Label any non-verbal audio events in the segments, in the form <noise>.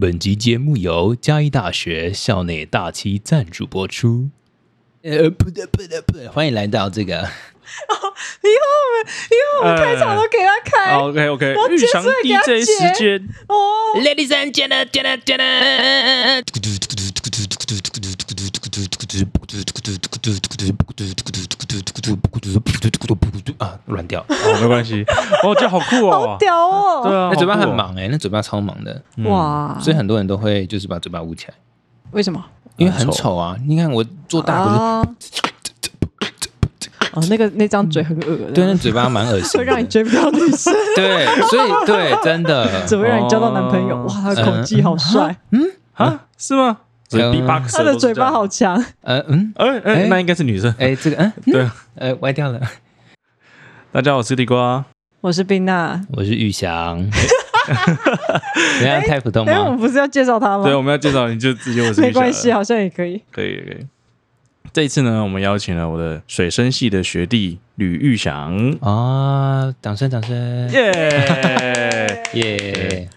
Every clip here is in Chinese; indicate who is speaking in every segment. Speaker 1: 本集节目由嘉义大学校内大七赞助播出。呃，不对不对不对，欢迎来到这个
Speaker 2: 以后我们以后我们开场都给他开、
Speaker 3: OK OK，
Speaker 2: 我
Speaker 3: 日
Speaker 2: 结
Speaker 3: 常
Speaker 2: 束也给他
Speaker 3: DJ
Speaker 2: 接
Speaker 3: 时间，
Speaker 2: 哦。
Speaker 1: Ladies and gentlemen, gentlemen, gentlemen，啊，乱掉。
Speaker 3: 哦，没关系，哦，这好酷
Speaker 2: 好
Speaker 3: 哦，
Speaker 2: 屌哦！
Speaker 3: 对啊，
Speaker 1: <laughs> 那嘴巴
Speaker 3: 好酷哦啊嗯
Speaker 1: 很，忙哎、啊那嘴巴超忙的，
Speaker 2: 哇，
Speaker 1: 所以很多人都会就是把嘴巴捂起来，
Speaker 2: 为什么？
Speaker 1: 因为很丑啊。你看我做大不是，
Speaker 2: 啊
Speaker 3: <laughs>
Speaker 2: 哦，那个那张嘴很恶的，
Speaker 1: 对，
Speaker 3: 嗯
Speaker 1: 那嘴巴蛮恶心
Speaker 2: 会 <laughs> 让你
Speaker 1: 的。
Speaker 2: 追不到女
Speaker 3: <laughs>
Speaker 2: 生，
Speaker 1: 对，所以对，真的
Speaker 2: 只会让你交到男朋友。
Speaker 3: 哦
Speaker 2: 哇，他的口技好帅，
Speaker 3: 啊，是吗？所以
Speaker 1: 嗯
Speaker 3: B
Speaker 2: <laughs>
Speaker 3: box
Speaker 2: 他的嘴巴，好
Speaker 3: <laughs>
Speaker 2: 强。
Speaker 1: 呃嗯，
Speaker 3: 哎
Speaker 1: 哎
Speaker 3: 哎，那应该是女生。
Speaker 1: 哎、这个嗯，
Speaker 3: 对，
Speaker 1: 呃，歪掉了。
Speaker 3: 大家好，我是地
Speaker 2: 哦
Speaker 3: 瓜，
Speaker 2: 我是冰娜，
Speaker 1: 我是玉 <laughs> 祥，怎样太普通
Speaker 2: 哎，我
Speaker 1: 吗
Speaker 2: 们？不是要介绍他
Speaker 3: 对，
Speaker 2: 吗？
Speaker 3: 我们要介绍你就直接我是
Speaker 2: 没
Speaker 3: 玉霞
Speaker 2: 关系，啊
Speaker 3: 了，
Speaker 2: 好像也可以。
Speaker 3: 啊可以可以。这一次呢，我们邀请了我的水生系的学弟吕玉
Speaker 2: 哦
Speaker 3: 祥，
Speaker 1: 啊，掌声掌声，
Speaker 3: 耶！
Speaker 1: 耶！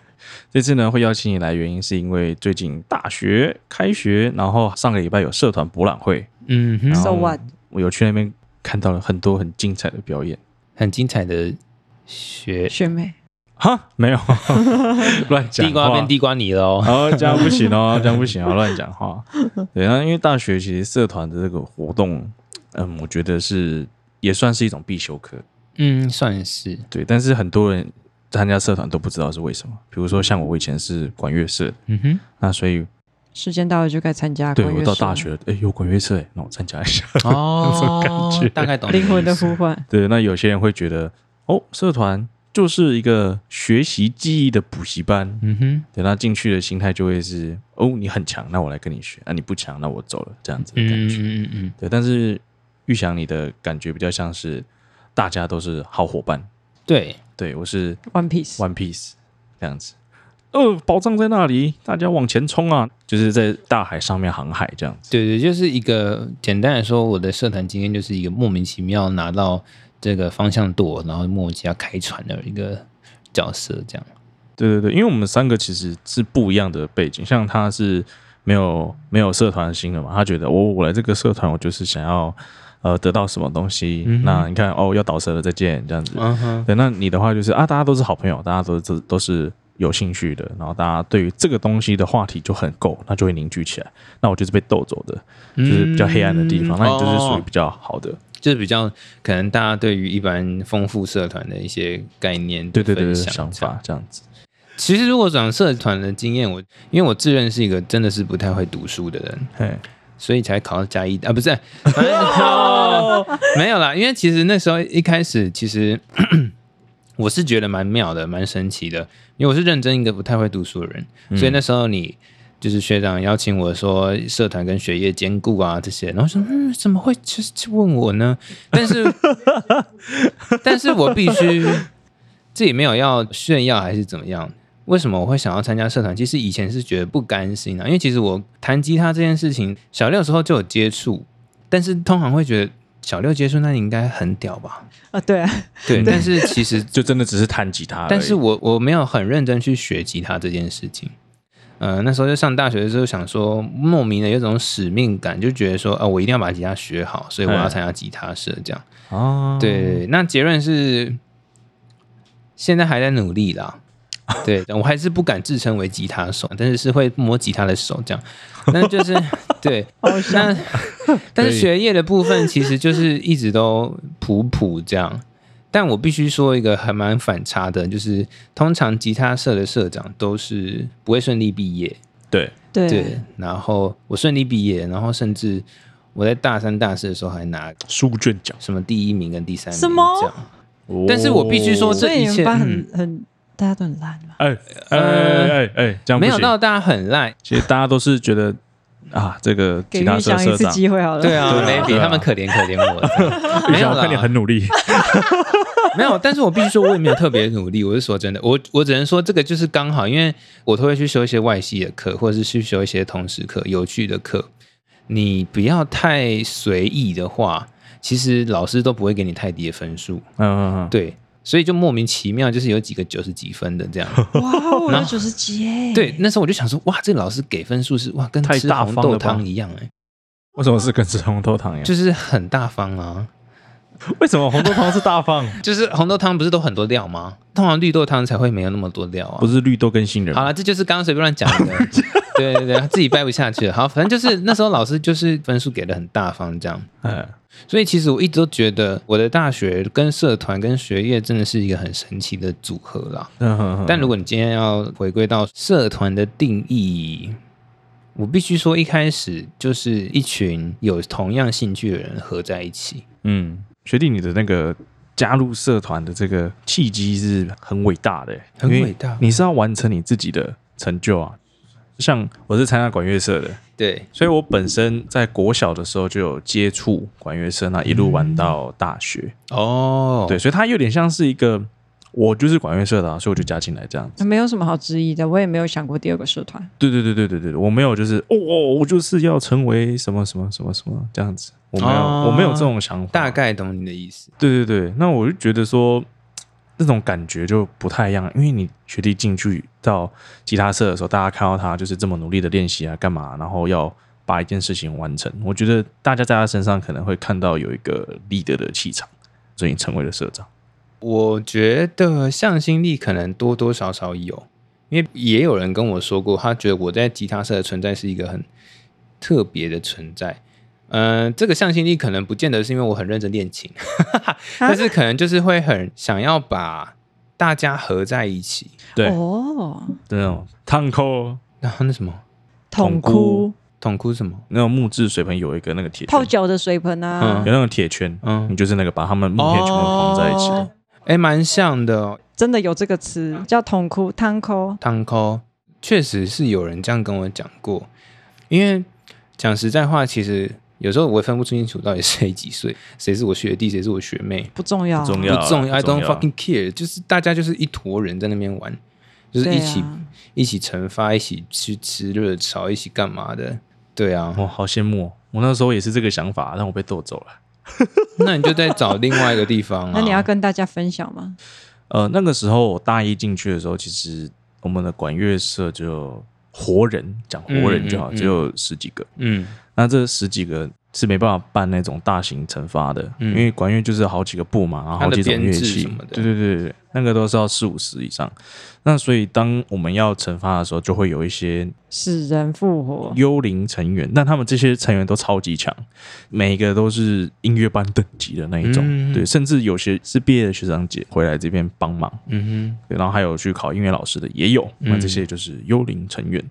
Speaker 3: 这次呢会邀请你来，原因是因为最近大学开学，然后上个礼拜有社团博览会，
Speaker 1: 嗯
Speaker 3: 然
Speaker 1: 哼，
Speaker 3: 后
Speaker 2: So what？
Speaker 3: 我有去那边看到了很多很精彩的表演。
Speaker 1: 很精彩的学
Speaker 2: 学妹，
Speaker 3: 哈，没有 <laughs> 乱讲
Speaker 1: 地瓜
Speaker 3: 话
Speaker 1: 变地瓜泥喽。
Speaker 3: 哦，这样不行哦，这样不行啊，乱讲话。对，那因为大学其实社团的这个活动，嗯，我觉得是也算是一种必修课。
Speaker 1: 嗯，算是
Speaker 3: 对，但是很多人参加社团都不知道是为什么。比如说像我，我以前是管乐社的，
Speaker 1: 嗯哼。
Speaker 3: 那所以
Speaker 2: 时间到了就该参加
Speaker 3: 对
Speaker 2: 管乐
Speaker 3: 我到
Speaker 2: 社
Speaker 3: 大学，哎，有管乐社，哎那我参加一下。 <laughs>
Speaker 1: 哦，
Speaker 3: 感觉
Speaker 1: 大概懂
Speaker 2: 灵魂的
Speaker 1: 你意思
Speaker 2: 呼唤，
Speaker 3: 对，那有些人会觉得，哦，社团就是一个学习技艺的补习班。
Speaker 1: 嗯哼，
Speaker 3: 对，那进去的心态就会是，哦，你很强，那我来跟你学；，啊，你不强，那我走了，这样子的感
Speaker 1: 嗯
Speaker 3: 觉。
Speaker 1: 嗯嗯嗯，
Speaker 3: 对，但是玉祥你的感觉比较像是大家都是好伙伴，
Speaker 1: 对，
Speaker 3: 对我是
Speaker 2: One Piece，
Speaker 3: One Piece 这样子。哦，宝藏在那里，大家往前冲啊！就是在大海上面航海这样子。
Speaker 1: 对对，就是一个简单来说，我的社团经验就是一个莫名其妙拿到这个方向舵，然后莫名其妙开船的一个角色，这样。
Speaker 3: 对对对，因为我们三个其实是不一样的背景，像他是没有没有社团心的嘛，他觉得我、哦、我来这个社团，我就是想要呃得到什么东西。
Speaker 1: 嗯哼
Speaker 3: 那你看哦，要倒社了，再见这样子。
Speaker 1: 嗯哼，
Speaker 3: 对，那你的话就是啊，大家都是好朋友，大家都都都是有兴趣的，然后大家对于这个东西的话题就很够，那就会凝聚起来。那我就是被斗走的，就是比较黑暗的地方，
Speaker 1: 嗯
Speaker 3: 那你就是属于
Speaker 1: 哦
Speaker 3: 比较好的。
Speaker 1: 就是比较可能大家对于一般丰富社团的一些概念
Speaker 3: 对对对对，
Speaker 1: 分享
Speaker 3: 想
Speaker 1: 这样
Speaker 3: 法这样子。
Speaker 1: 其实如果讲社团的经验，我因为我自认是一个真的是不太会读书的人，
Speaker 3: 嘿，
Speaker 1: 所以才考到加一啊，不是，反正哦没有啦。因为其实那时候一开始，其实 <clears throat> 我是觉得蛮妙的，蛮神奇的，因为我是认真一个不太会读书的人，所以那时候你。就是学长邀请我说社团跟学业兼顾啊这些，然后说嗯怎么会去去问我呢？但是但是我必须这也没有要炫耀还是怎么样。为什么我会想要参加社团？其实以前是觉得不甘心啊，因为其实我弹吉他这件事情，小六的时候就有接触，但是通常会觉得小六接触那你应该很屌吧？
Speaker 2: 啊，对啊，
Speaker 1: 对，但是其
Speaker 3: <laughs>
Speaker 1: 实
Speaker 3: 就真的只是弹吉他而已，
Speaker 1: 但是我我没有很认真去学吉他这件事情。呃，那时候就上大学的时候，想说莫名的有种使命感，就觉得说，啊、我一定要把吉他学好，所以我要
Speaker 3: 嗯
Speaker 1: 参加吉他社这样。
Speaker 3: 啊，
Speaker 2: 哦
Speaker 1: 对，那结论是现在还在努力
Speaker 2: <laughs>
Speaker 1: 啦。对，我还是不敢自称为吉他手，但是是会摸吉他的手这样。但是就是
Speaker 2: <laughs>
Speaker 1: 对，那但是学业的部分其实就是一直都普普这样。但我必须说一个还蛮反差的，就是通常吉他社的社长都是不会顺利毕业，
Speaker 3: 对，
Speaker 1: 对
Speaker 2: 对，。
Speaker 1: 然后我顺利毕业，然后甚至我在大三、大四的时候还拿
Speaker 3: 书卷奖。
Speaker 1: 什么第一名跟第三名
Speaker 2: 什么
Speaker 1: 这样。但是我必须说这
Speaker 2: 所以你
Speaker 1: 一切
Speaker 2: 们班
Speaker 3: 嗯
Speaker 2: 很很大家都很烂啊嘛，
Speaker 3: 哦哎哎哎哎，这样不
Speaker 1: 呃没有
Speaker 3: 行
Speaker 1: 到大家很烂，
Speaker 3: 其实大家都是觉得啊，这个
Speaker 2: 给
Speaker 3: 吉
Speaker 2: 玉
Speaker 3: 他社
Speaker 2: 祥一
Speaker 3: 社
Speaker 2: 次
Speaker 3: 长，
Speaker 2: 机会好了。
Speaker 1: 对啊
Speaker 3: 对啊对
Speaker 1: ，maybe
Speaker 3: 啊
Speaker 1: 他们可怜可怜
Speaker 3: <laughs>
Speaker 1: 我，没有
Speaker 3: 玉祥我看你
Speaker 1: 啦，
Speaker 3: 很努
Speaker 1: <laughs>
Speaker 3: 力，
Speaker 1: 没有。但是我必须说，我也没有特别努力。我是说真的，我我只能说这个就是刚好，因为我都会去修一些外系的课，或者是去修一些同时课、有趣的课。你不要太随意的话，其实老师都不会给你太低的分数。
Speaker 3: 嗯嗯嗯，
Speaker 1: 对，所以就莫名其妙就是有几个九十几分的这样。
Speaker 2: <laughs>
Speaker 3: <laughs>
Speaker 2: 哇，哦我有九十几耶！
Speaker 1: 对，，那时候我就想说，哇，这个老师给分数是哇，跟
Speaker 3: 太
Speaker 1: 吃
Speaker 3: 大
Speaker 1: 红
Speaker 3: 方
Speaker 1: 豆
Speaker 3: 了吧
Speaker 1: 汤一样哎、
Speaker 3: 为什么是跟吃红豆汤一样？
Speaker 1: 就是很大方啊。
Speaker 3: 为什么红豆汤是大放？
Speaker 1: 就是红豆汤不是都很多料吗？通常绿豆汤才会没有那么多料啊。
Speaker 3: 不是绿豆跟杏仁吗
Speaker 1: 好了，这就是刚刚随便乱讲
Speaker 3: <laughs>
Speaker 1: 的。对对对，自己掰不下去了。好，反正就是那时候老师就是分数给的很大方，这样。
Speaker 3: 哎，
Speaker 1: 所以其实我一直都觉得我的大学跟社团跟学业真的是一个很神奇的组合啦。
Speaker 3: 嗯哼哼
Speaker 1: 但如果你今天要回归到社团的定义，我必须说一开始就是一群有同样兴趣的人合在一起。
Speaker 3: 嗯，学弟，你的那个加入社团的这个契机是很伟大的欸，
Speaker 1: 很
Speaker 3: 因为
Speaker 1: 伟大
Speaker 3: 你是要完成你自己的成就啊。像我是参加管乐社的，
Speaker 1: 对，
Speaker 3: 所以我本身在国小的时候就有接触管乐社，那一路玩到大学。
Speaker 1: 嗯哦，
Speaker 3: 对，，所以它有点像是一个，我就是管乐社的、啊，所以我就加进来这样子。
Speaker 2: 没有什么好质疑的，我也没有想过第二个社团。
Speaker 3: 对对对对对对，我没有就是哦哦，我就是要成为什么什么什么什么这样子，我没有、
Speaker 1: 哦
Speaker 3: 我没有这种想法。
Speaker 1: 大概懂你的意思。
Speaker 3: 对对对，那我就觉得说，那种感觉就不太一样，因为你学弟进去到吉他社的时候，大家看到他就是这么努力的练习啊，干嘛，然后要把一件事情完成。我觉得大家在他身上可能会看到有一个 leader 的气场，所以你成为了社长。
Speaker 1: 我觉得向心力可能多多少少有，因为也有人跟我说过，他觉得我在吉他社的存在是一个很特别的存在。嗯、这个向心力可能不见得是因为我很认真练琴，但
Speaker 2: 啊
Speaker 1: 是可能就是会很想要把大家合在一起。
Speaker 3: 对，
Speaker 2: 哦，
Speaker 3: 那种烫扣
Speaker 1: 然后那什么
Speaker 2: 桶
Speaker 3: 窟
Speaker 2: 窟、
Speaker 1: 痛哭什么？
Speaker 3: 那种木质水盆有一个那个铁圈
Speaker 2: 泡，脚的水盆啊，
Speaker 3: 有那种铁圈，
Speaker 1: 嗯
Speaker 3: 你就是那个把他们木片全部框在一起的。
Speaker 1: 哦哎，蛮像的、哦，
Speaker 2: 真的有这个词叫桶窟、汤窟。
Speaker 1: 汤扣，确实是有人这样跟我讲过。因为讲实在话，其实有时候我也分不清楚到底谁几岁，谁是我学弟，谁是我学妹，
Speaker 2: 不重要，
Speaker 3: 不重
Speaker 1: 不
Speaker 3: 要啊
Speaker 1: 重要。I
Speaker 3: 不重
Speaker 1: don't
Speaker 3: 要
Speaker 1: fucking care，就是大家就是一坨人在那边玩，就是
Speaker 2: 对
Speaker 1: 一
Speaker 2: 啊
Speaker 1: 起、一起惩罚，一起去吃热炒，一起干嘛的。对啊，
Speaker 3: 我、好羡慕哦、我那时候也是这个想法，但我被逗走了。
Speaker 1: 那你就再找另外一个地方、啊。
Speaker 2: <laughs> 那你要跟大家分享吗？
Speaker 3: 呃，那个时候我大一进去的时候，其实我们的管乐社就活人，讲活人就
Speaker 1: 嗯
Speaker 3: 好，
Speaker 1: 嗯嗯
Speaker 3: 只有十几个。
Speaker 1: 嗯
Speaker 3: 那这十几个是没办法办那种大型惩罚的，
Speaker 1: 嗯
Speaker 3: 因为管乐就是好几个部嘛，然后
Speaker 1: 它
Speaker 3: 好
Speaker 1: 的
Speaker 3: 几种乐
Speaker 1: 编制
Speaker 3: 器
Speaker 1: 什么，的
Speaker 3: 对对对对，那个都是要四五十以上。那所以当我们要惩罚的时候，就会有一些
Speaker 2: 使人复活，
Speaker 3: 幽灵成员，但他们这些成员都超级强，每一个都是音乐班等级的那一种，
Speaker 1: 嗯
Speaker 3: 对，甚至有些是毕业的学长姐回来这边帮忙，
Speaker 1: 嗯
Speaker 3: 对然后还有去考音乐老师的也有，那
Speaker 1: 嗯
Speaker 3: 这些就是幽灵成员。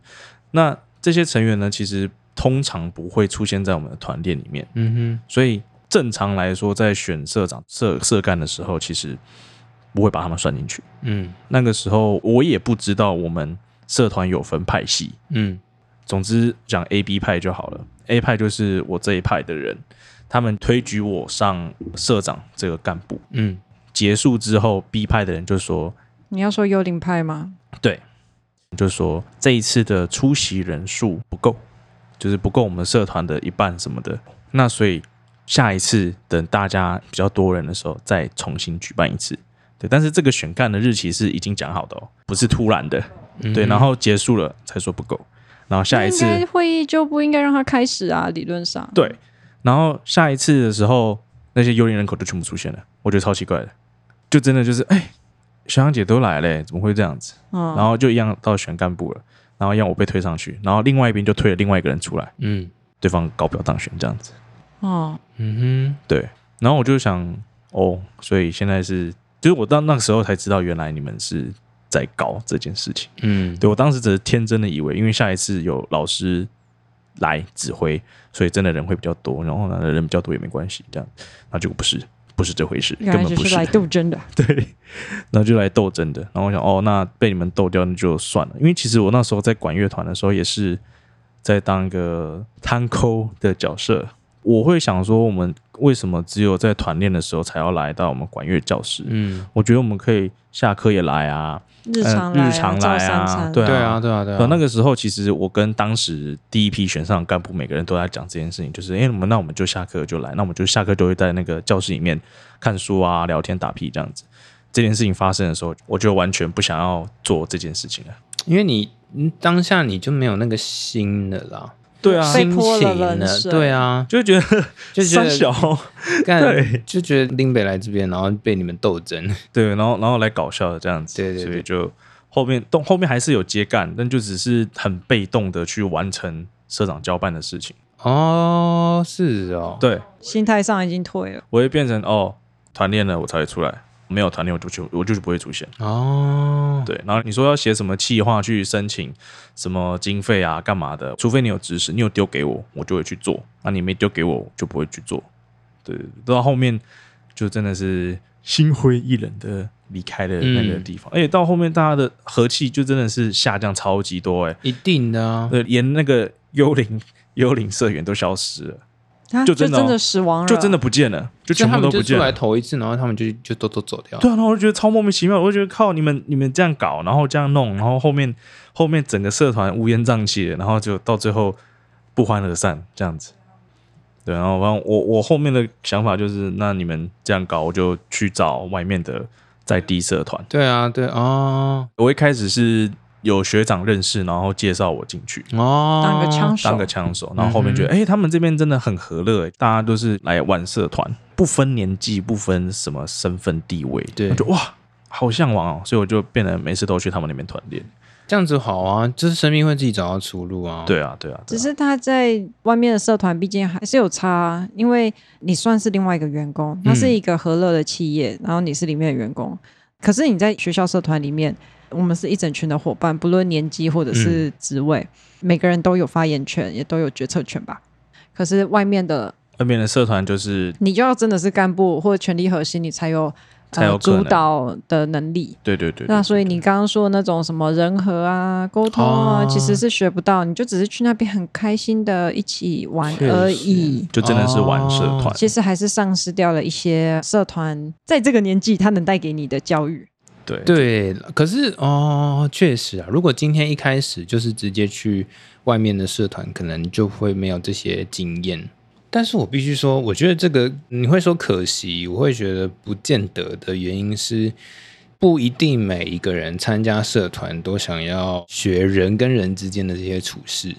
Speaker 3: 那这些成员呢，其实通常不会出现在我们的团练里面，
Speaker 1: 哼嗯
Speaker 3: 所以正常来说，在选社长、社社干的时候，其实不会把他们算进去。
Speaker 1: 哼嗯
Speaker 3: 那个时候我也不知道我们社团有分派系，
Speaker 1: 嗯
Speaker 3: 总之讲 A、B 派就好了。A 派就是我这一派的人，他们推举我上社长这个干部。
Speaker 1: 嗯
Speaker 3: 结束之后，B 派的人就说
Speaker 2: 你要说幽灵派吗？
Speaker 3: 对，就说这一次的出席人数不够，就是不够我们社团的一半什么的。那所以下一次等大家比较多人的时候，再重新举办一次。对，但是这个选干的日期是已经讲好的哦，不是突然的。
Speaker 1: 嗯，
Speaker 3: 对，然后结束了才说不够，然后下一次
Speaker 2: 那应该会议就不应该让它开始啊，理论上。
Speaker 3: 对，然后下一次的时候，那些幽灵人口就全部出现了，我觉得超奇怪的，就真的就是哎、小杨姐都来嘞、怎么会这样子？
Speaker 2: 嗯，
Speaker 3: 然后就一样到选干部了，然后一样我被推上去，然后另外一边就推了另外一个人出来，
Speaker 1: 嗯
Speaker 3: 对方高票当选这样子。
Speaker 2: 哦，
Speaker 1: 嗯
Speaker 3: 对，然后我就想，哦，所以现在是，就是我到那个时候才知道，原来你们是在搞这件事情。
Speaker 1: 哼嗯
Speaker 3: 对我当时只是天真的以为，因为下一次有老师来指挥，所以真的人会比较多，然后呢人比较多也没关系，这样，然后结果不是，不是这回事，根
Speaker 2: 原来
Speaker 3: 本
Speaker 2: 只
Speaker 3: 不
Speaker 2: 是来斗争的。
Speaker 3: <laughs> 对，然后就来斗争的。然后我想，哦，那被你们斗掉那就算了，因为其实我那时候在管乐团的时候也是在当一个摊抠的角色。我会想说，我们为什么只有在团练的时候才要来到我们管乐教室？
Speaker 1: 嗯，
Speaker 3: 我觉得我们可以下课也来啊，
Speaker 2: 日
Speaker 3: 呃
Speaker 2: 常来啊
Speaker 3: 日常
Speaker 2: 照
Speaker 3: 来
Speaker 2: 三
Speaker 3: 啊，
Speaker 2: 餐
Speaker 3: 对
Speaker 1: 对啊对啊对啊，
Speaker 3: 那个时候，其实我跟当时第一批选上的干部，每个人都在讲这件事情，就是，哎、我们那我们就下课就来，那我们就下课就会在那个教室里面看书啊、聊天、打屁这样子。这件事情发生的时候，我就完全不想要做这件事情了。
Speaker 1: 因为你嗯当下你就没有那个心了啦，
Speaker 3: 对啊，
Speaker 2: 被
Speaker 1: 心
Speaker 2: 泼了
Speaker 1: 情
Speaker 2: 冷
Speaker 1: 了，
Speaker 2: 水
Speaker 1: 对啊，
Speaker 3: <laughs> 就会觉得
Speaker 1: <laughs> 就觉
Speaker 3: 三
Speaker 1: 得
Speaker 3: 小
Speaker 1: <laughs>
Speaker 3: 对
Speaker 1: 干就觉得林北来这边，然后被你们斗争， <laughs>
Speaker 3: 对，然后然后来搞笑的这样子，
Speaker 1: 对对对
Speaker 3: 所以就后面动后面还是有接干，但就只是很被动的去完成社长交办的事情。
Speaker 1: 哦，是哦，
Speaker 3: 对，
Speaker 2: 心态上已经退了。
Speaker 3: 我会变成哦，团练了我才会出来，没有团练我就去我就是不会出现。
Speaker 1: 哦，
Speaker 3: 对，然后你说要写什么企划去申请什么经费啊，干嘛的？除非你有指使，你有丢给我，我就会去做；那、你没丢给我，我就不会去做。对，到后面就真的是心灰意冷的离开了那个
Speaker 1: 嗯
Speaker 3: 地方，而且到后面大家的和气就真的是下降超级多、欸，哎，
Speaker 1: 一定的啊，
Speaker 3: 对，连那个幽灵幽灵社员都消失了，
Speaker 2: 啊
Speaker 3: 就
Speaker 2: 就
Speaker 3: 真的哦
Speaker 2: 死亡了，
Speaker 3: 就真的不见了，就
Speaker 1: 就
Speaker 3: 全
Speaker 1: 他
Speaker 3: 部
Speaker 1: 们
Speaker 3: 都
Speaker 1: 就
Speaker 3: 不
Speaker 1: 出
Speaker 3: 见了
Speaker 1: 来。投一次，然后他们就就都都走掉，
Speaker 3: 对啊，然后我就觉得超莫名其妙，我就觉得靠你们你们这样搞，然后这样弄，然后后面后面整个社团乌烟瘴气的，然后就到最后不欢而散这样子。对，然后反正我我后面的想法就是，那你们这样搞，我就去找外面的在地社团。
Speaker 1: 对啊，对哦
Speaker 3: 我一开始是有学长认识，然后介绍我进去
Speaker 1: 哦，
Speaker 2: 当个枪手，
Speaker 3: 当个枪手，然后后面觉得，哎、他们这边真的很和乐、诶大家都是来玩社团，不分年纪，不分什么身份地位，
Speaker 1: 对
Speaker 3: 我就哇，好向往哦，所以我就变得每次都去他们那边团练。
Speaker 1: 这样子好啊，就是生命会自己找到出路啊，
Speaker 3: 对啊，对啊，对
Speaker 2: 只
Speaker 3: 啊
Speaker 2: 是他在外面的社团，毕竟还是有差啊、因为你算是另外一个员
Speaker 3: 嗯
Speaker 2: 工，他是一个和乐的企业，然后你是里面的员工。可是你在学校社团里面，我们是一整群的伙伴，不论年纪或者
Speaker 3: 嗯
Speaker 2: 是职位，每个人都有发言权，也都有决策权吧。可是外面的，
Speaker 3: 外面的社团就是，
Speaker 2: 你就要真的是干部或者权力核心，你才有呃
Speaker 3: 才有可能
Speaker 2: 主导的能力。
Speaker 3: 对对对
Speaker 2: 那所以你刚刚说的那种什么人和啊、沟通啊，
Speaker 1: 哦
Speaker 2: 其实是学不到，你就只是去那边很开心的一起玩
Speaker 1: 确实
Speaker 2: 而已。
Speaker 3: 就真的是玩社团。
Speaker 1: 哦
Speaker 2: 其实还是丧失掉了一些社团在这个年纪它能带给你的教育。
Speaker 3: 对
Speaker 1: 对，可是哦，确实啊，如果今天一开始就是直接去外面的社团，可能就会没有这些经验。但是我必须说，我觉得这个你会说可惜，我会觉得不见得的原因是，不一定每一个人参加社团都想要学人跟人之间的这些处事。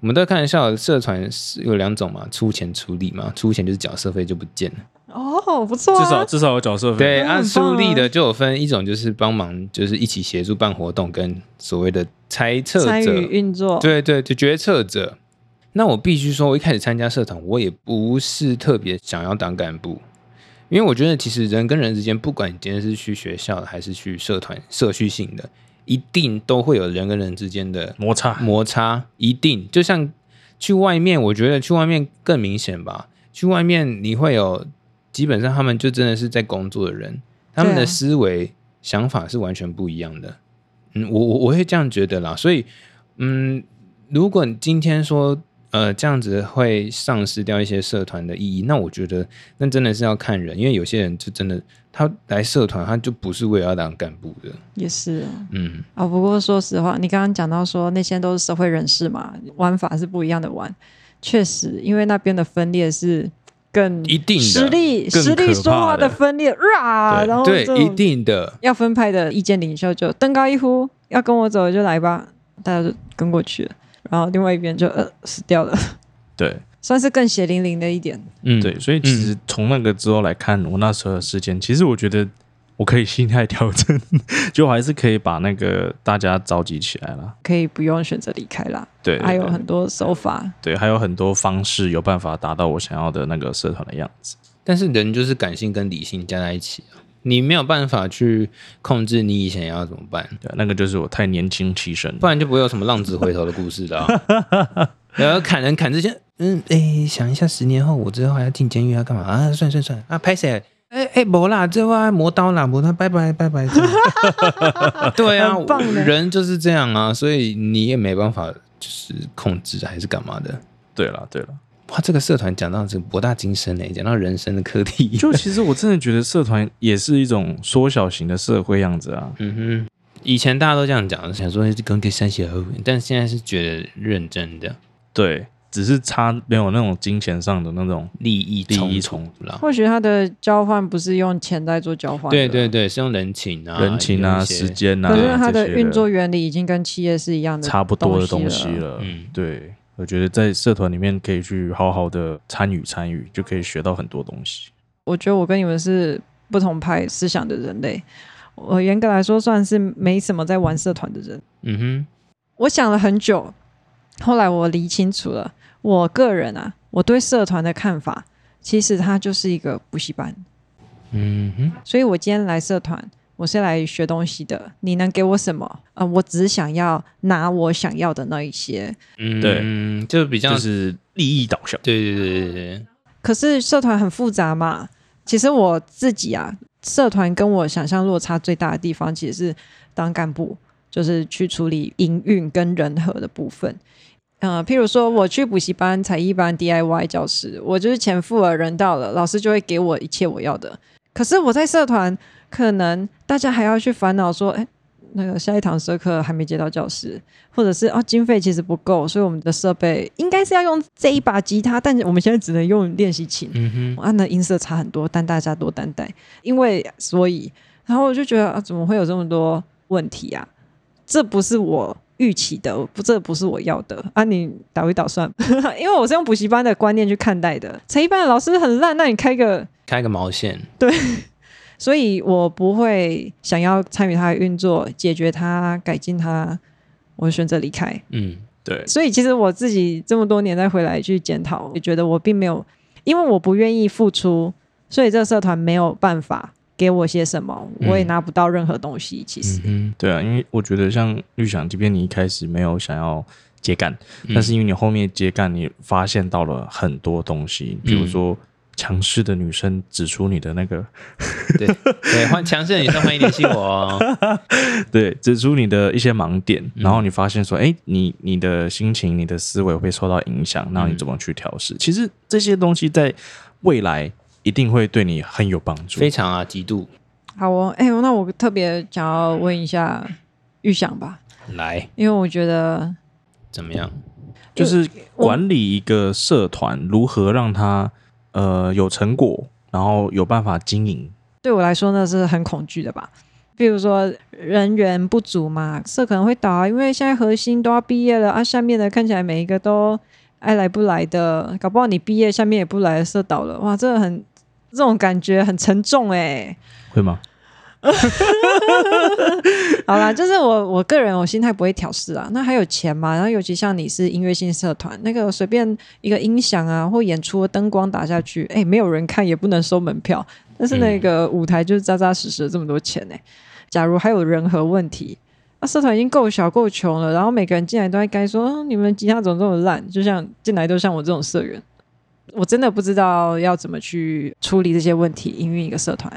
Speaker 1: 我们都开玩笑，社团是有两种嘛，出钱出力嘛，出钱就是缴社费就不见了。
Speaker 2: 哦，不错
Speaker 3: 至少
Speaker 2: 啊！
Speaker 3: 至少有角色分
Speaker 1: 对
Speaker 2: 那
Speaker 1: 啊，
Speaker 2: 很
Speaker 1: 树
Speaker 2: 棒
Speaker 1: 立
Speaker 2: 啊
Speaker 1: 的就有分一种就是帮忙，就是一起协助办活动，跟所谓的猜测
Speaker 2: 参
Speaker 1: 者
Speaker 2: 与，运作，
Speaker 1: 对对对，决策者。那我必须说，我一开始参加社团，我也不是特别想要当干部，因为我觉得其实人跟人之间，不管你今天是去学校的还是去社团、社区性的，一定都会有人跟人之间的
Speaker 3: 摩擦，
Speaker 1: 摩擦，一定就像去外面，我觉得去外面更明显吧。去外面你会有，基本上他们就真的是在工作的人，他们
Speaker 2: 对啊
Speaker 1: 的思维、想法是完全不一样的。嗯，我我我会这样觉得啦。所以，嗯，如果你今天说呃这样子会丧失掉一些社团的意义，那我觉得那真的是要看人，因为有些人就真的他来社团他就不是为了要当干部的。
Speaker 2: 也是啊、
Speaker 1: 嗯，
Speaker 2: 哦。不过说实话，你刚刚讲到说那些都是社会人士嘛，玩法是不一样的玩。确实，因为那边的分裂是更
Speaker 1: 一定的
Speaker 2: 实力
Speaker 3: 更
Speaker 2: 实力
Speaker 3: 可
Speaker 2: 说
Speaker 3: 怕
Speaker 2: 话的
Speaker 3: 的
Speaker 2: 分裂，啊，
Speaker 3: 对
Speaker 2: 然后
Speaker 1: 对
Speaker 2: 这，种
Speaker 1: 一定的。
Speaker 2: 要分派的意见领袖就登高一呼，要跟我走的就来吧，大家就跟过去了，然后另外一边就呃死掉了，
Speaker 3: 对
Speaker 2: 算是更血淋淋的一点。
Speaker 1: 嗯，
Speaker 3: 对，所以其实从那个之后来看，我那时候的事件，其实我觉得我可以心态调整， <laughs> 就还是可以把那个大家召集起来了。
Speaker 2: 可以不用选择离开啦，
Speaker 3: 对，
Speaker 2: 还有
Speaker 3: 对
Speaker 2: 很多手法，
Speaker 3: 对，还有很多方式有办法达到我想要的那个社团的样子。
Speaker 1: 但是人就是感性跟理性加在一起啊，你没有办法去控制你以前要怎么办，
Speaker 3: 对，那个就是我太年轻气盛
Speaker 1: 不。然就不会有什么浪子回头的故事的、啊。 <laughs> 然后砍人砍之前，嗯，哎、想一下，十年后我之后还要进监狱要干嘛啊？算算算啊，拍谁？哎哎，没啦，这话磨刀啦，磨刀，拜拜拜拜。这样 <laughs> 对啊，
Speaker 2: 很棒呢
Speaker 1: 人就是这样啊，所以你也没办法就是控制还是干嘛的。
Speaker 3: 对了，对了，
Speaker 1: 哇，这个社团讲到这个博大精深呢、讲到人生的课题。
Speaker 3: 就其实我真的觉得社团也是一种缩小型的社会样子啊。
Speaker 1: 嗯哼，以哎前大家都这样讲，想说跟个三血合但现在是觉得认真的。
Speaker 3: 对，只是差没有那种金钱上的那种
Speaker 1: 利益
Speaker 3: 利益
Speaker 1: 冲
Speaker 3: 冲
Speaker 1: 突啦。
Speaker 2: 或许他的交换不是用钱在做交换，
Speaker 1: 对，对对，是用人情啊、
Speaker 3: 人情啊、
Speaker 1: 用一些
Speaker 3: 时，间啊，
Speaker 2: 可是它
Speaker 3: 这
Speaker 2: 的
Speaker 3: 些
Speaker 2: 运作原理已经跟企业是一样的，
Speaker 3: 差不多的
Speaker 2: 东
Speaker 3: 东
Speaker 2: 西
Speaker 3: 西了。
Speaker 1: 嗯
Speaker 3: 对，我觉得在社团里面可以去好好的参与参与，就可以学到很多东西。
Speaker 2: 我觉得我跟你们是不同派思想的人类。我严格来说算是没什么在玩社团的人。
Speaker 1: 嗯哼，
Speaker 2: 我想了很久，后来我理清楚了，我个人啊，我对社团的看法，其实它就是一个补习班。
Speaker 1: 嗯哼，
Speaker 2: 所以我今天来社团，我是来学东西的。你能给我什么？啊、我只想要拿我想要的那一些。
Speaker 1: 嗯，
Speaker 3: 对
Speaker 1: 对，就比较
Speaker 3: 就，是利益导向，
Speaker 1: 对对对对对，
Speaker 2: 可是社团很复杂嘛。其实我自己啊，社团跟我想象落差最大的地方，其实是当干部，就是去处理营运跟人和的部分。呃，譬如说我去补习班、才艺班、DIY 教室，我就是钱付了，人到了，老师就会给我一切我要的。可是我在社团，可能大家还要去烦恼说，哎，那个下一堂社课还没接到教室，或者是哦经费其实不够，所以我们的设备应该是要用这一把吉他，但是我们现在只能用练习琴。
Speaker 1: 嗯哼，
Speaker 2: 啊，那音色差很多，但大家多担待，因为所以，然后我就觉得、啊、怎么会有这么多问题啊？这不是我预期的，不，这不是我要的啊！你倒一倒算， <laughs> 因为我是用补习班的观念去看待的，才艺班的老师很烂，那你开个，
Speaker 1: 开个毛线，
Speaker 2: 所以我不会想要参与它的运作，解决它，改进它，我选择离开。
Speaker 1: 嗯
Speaker 3: 对，
Speaker 2: 所以其实我自己这么多年再回来去检讨，也觉得我并没有，因为我不愿意付出，所以这个社团没有办法给我些什么，
Speaker 1: 嗯
Speaker 2: 我也拿不到任何东西。其实，
Speaker 1: 嗯
Speaker 3: 对啊，因为我觉得像绿想，即便你一开始没有想要接干，
Speaker 1: 哼，
Speaker 3: 但是因为你后面接干，你发现到了很多东西，
Speaker 1: 嗯
Speaker 3: 比如说强势的女生指出你的那个， <laughs>
Speaker 1: 对对，欢强势的女生欢迎联系我
Speaker 3: <laughs>
Speaker 1: 哦，
Speaker 3: 对，指出你的一些盲点，
Speaker 1: 嗯
Speaker 3: 然后你发现说，哎、你你的心情、你的思维会受到影响，
Speaker 1: 嗯
Speaker 3: 那你怎么去调试？其实这些东西在未来一定会对你很有帮助
Speaker 1: 非。常啊，极度
Speaker 2: 好哦，哎、那我特别想要问一下玉想吧，
Speaker 1: 来
Speaker 2: 因为我觉得
Speaker 1: 怎么样？
Speaker 3: 就是管理一个社团，如何让它呃有成果，然后有办法经营。
Speaker 2: 对我来说那是很恐惧的吧。比如说人员不足嘛，社可能会倒啊，因为现在核心都要毕业了啊，下面的看起来每一个都爱来不来的，搞不好你毕业下面也不来，社倒了，哇，这很这种感觉很沉重哎、
Speaker 3: 会吗？
Speaker 2: <laughs> 好啦，就是我我个人我心态不会调试啊。那还有钱嘛？然后尤其像你是音乐性社团，那个随便一个音响啊或演出灯光打下去，哎、没有人看也不能收门票，但是那个舞台就是扎扎实实的这么多钱呢、假如还有人和问题，那社团已经够小够穷了，然后每个人进来都在该说、嗯你们吉他怎么这么烂？就像进来都像我这种社员，我真的不知道要怎么去处理这些问题，营运一个社团。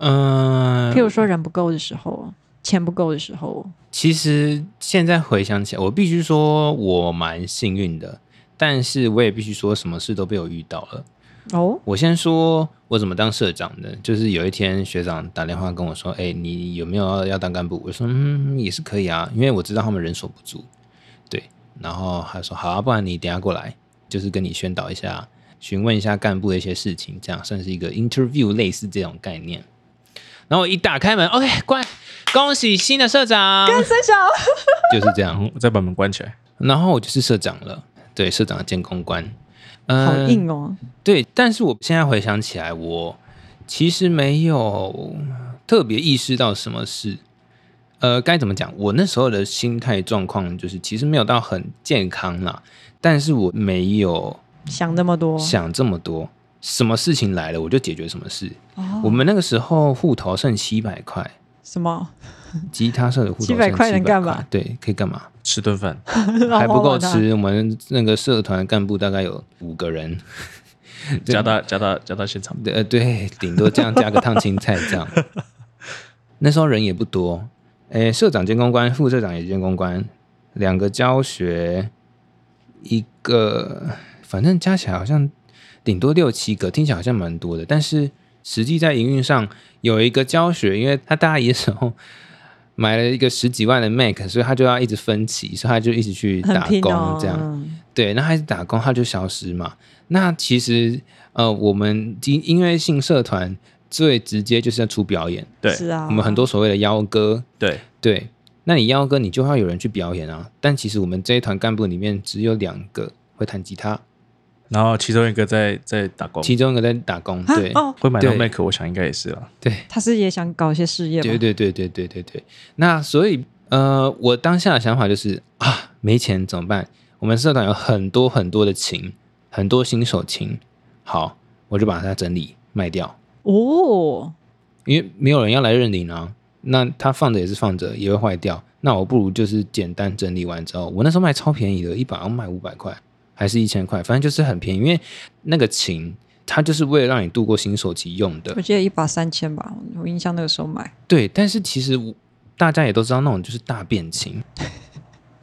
Speaker 1: 嗯、
Speaker 2: 譬如说人不够的时候，钱不够的时候。
Speaker 1: 其实现在回想起来，我必须说我蛮幸运的，但是我也必须说什么事都被我遇到了。
Speaker 2: 哦，
Speaker 1: 我先说我怎么当社长的，就是有一天学长打电话跟我说：“哎、你有没有要要当干部？”我说：“嗯，也是可以啊，因为我知道他们人手不足。”对，然后他说：“好啊，不然你等一下过来，就是跟你宣导一下，询问一下干部的一些事情，这样算是一个 interview 类似这种概念。”然后我一打开门，OK，关，恭喜新的社长，
Speaker 2: 三小，
Speaker 1: 就是这
Speaker 3: 然
Speaker 1: 样。
Speaker 3: 后再把门关起来。
Speaker 1: 然后我就是社长了，对，社长的监工官。嗯、
Speaker 2: 好硬哦。
Speaker 1: 对，但是我现在回想起来，我其实没有特别意识到什么事。呃，该怎么讲？我那时候的心态状况就是，其实没有到很健康啦，但是我没有
Speaker 2: 想那么多，
Speaker 1: 想这么多。什么事情来了，我就解决什么事。
Speaker 2: 哦
Speaker 1: 我们那个时候户头剩七百块，
Speaker 2: 什么
Speaker 1: 吉他社的户头
Speaker 2: 700
Speaker 1: 剩
Speaker 2: 块能
Speaker 1: 700
Speaker 2: 干嘛？
Speaker 1: 对，可以干嘛？
Speaker 3: 吃顿 <laughs> 饭，
Speaker 1: 还不够
Speaker 2: 然后呢
Speaker 1: 吃。我们那个社团干部大概有五个人，对
Speaker 3: 加大加大加大现场，
Speaker 1: 对呃对，顶多这样加个烫青菜这样。那时候人也不多，诶，社长兼公关，副社长也兼公关，两个教学，一个反正加起来好像顶多六七个，听起来好像蛮多的，但是实际在营运上有一个教学，因为他大一的时候买了一个十几万的 Mac，所以他就要一直分期，所以他就一直去
Speaker 2: 很
Speaker 1: 打
Speaker 2: 拼
Speaker 1: 工
Speaker 2: 哦，
Speaker 1: 这样。
Speaker 2: 嗯
Speaker 1: 对，那他一直打工，他就消失嘛。那其实呃，我们音音乐性社团最直接就是要出表演，
Speaker 3: 对
Speaker 2: 是啊，
Speaker 1: 我们很多所谓的邀歌，
Speaker 3: 对，
Speaker 1: 对，那你邀歌，你就要有人去表演啊。但其实我们这一团干部里面只有两个会弹吉他，
Speaker 3: 然后其中一个在在打工，
Speaker 1: 其中一个在打工，
Speaker 2: 啊
Speaker 1: 对，
Speaker 2: 哦，
Speaker 3: 会买到
Speaker 1: 对
Speaker 3: Mac，我想应该也是啦。
Speaker 1: 对，
Speaker 2: 他是也想搞一些事业吧，
Speaker 1: 对对对对对对对。那所以呃，我当下的想法就是啊，没钱怎么办？我们社团有很多很多的琴，很多新手琴，好，我就把它整理卖掉。
Speaker 2: 哦，
Speaker 1: 因为没有人要来认领啊，那它放着也是放着，也会坏掉。那我不如就是简单整理完之后，我那时候卖超便宜的，一把要卖五百块，还是一千块，反正就是很便宜。因为那个琴，它就是为了让你度过新手期用的
Speaker 2: 我。记得一把三千吧，我印象那个时候买
Speaker 1: 对，但是其实我大家也都知道，那种就是大变琴，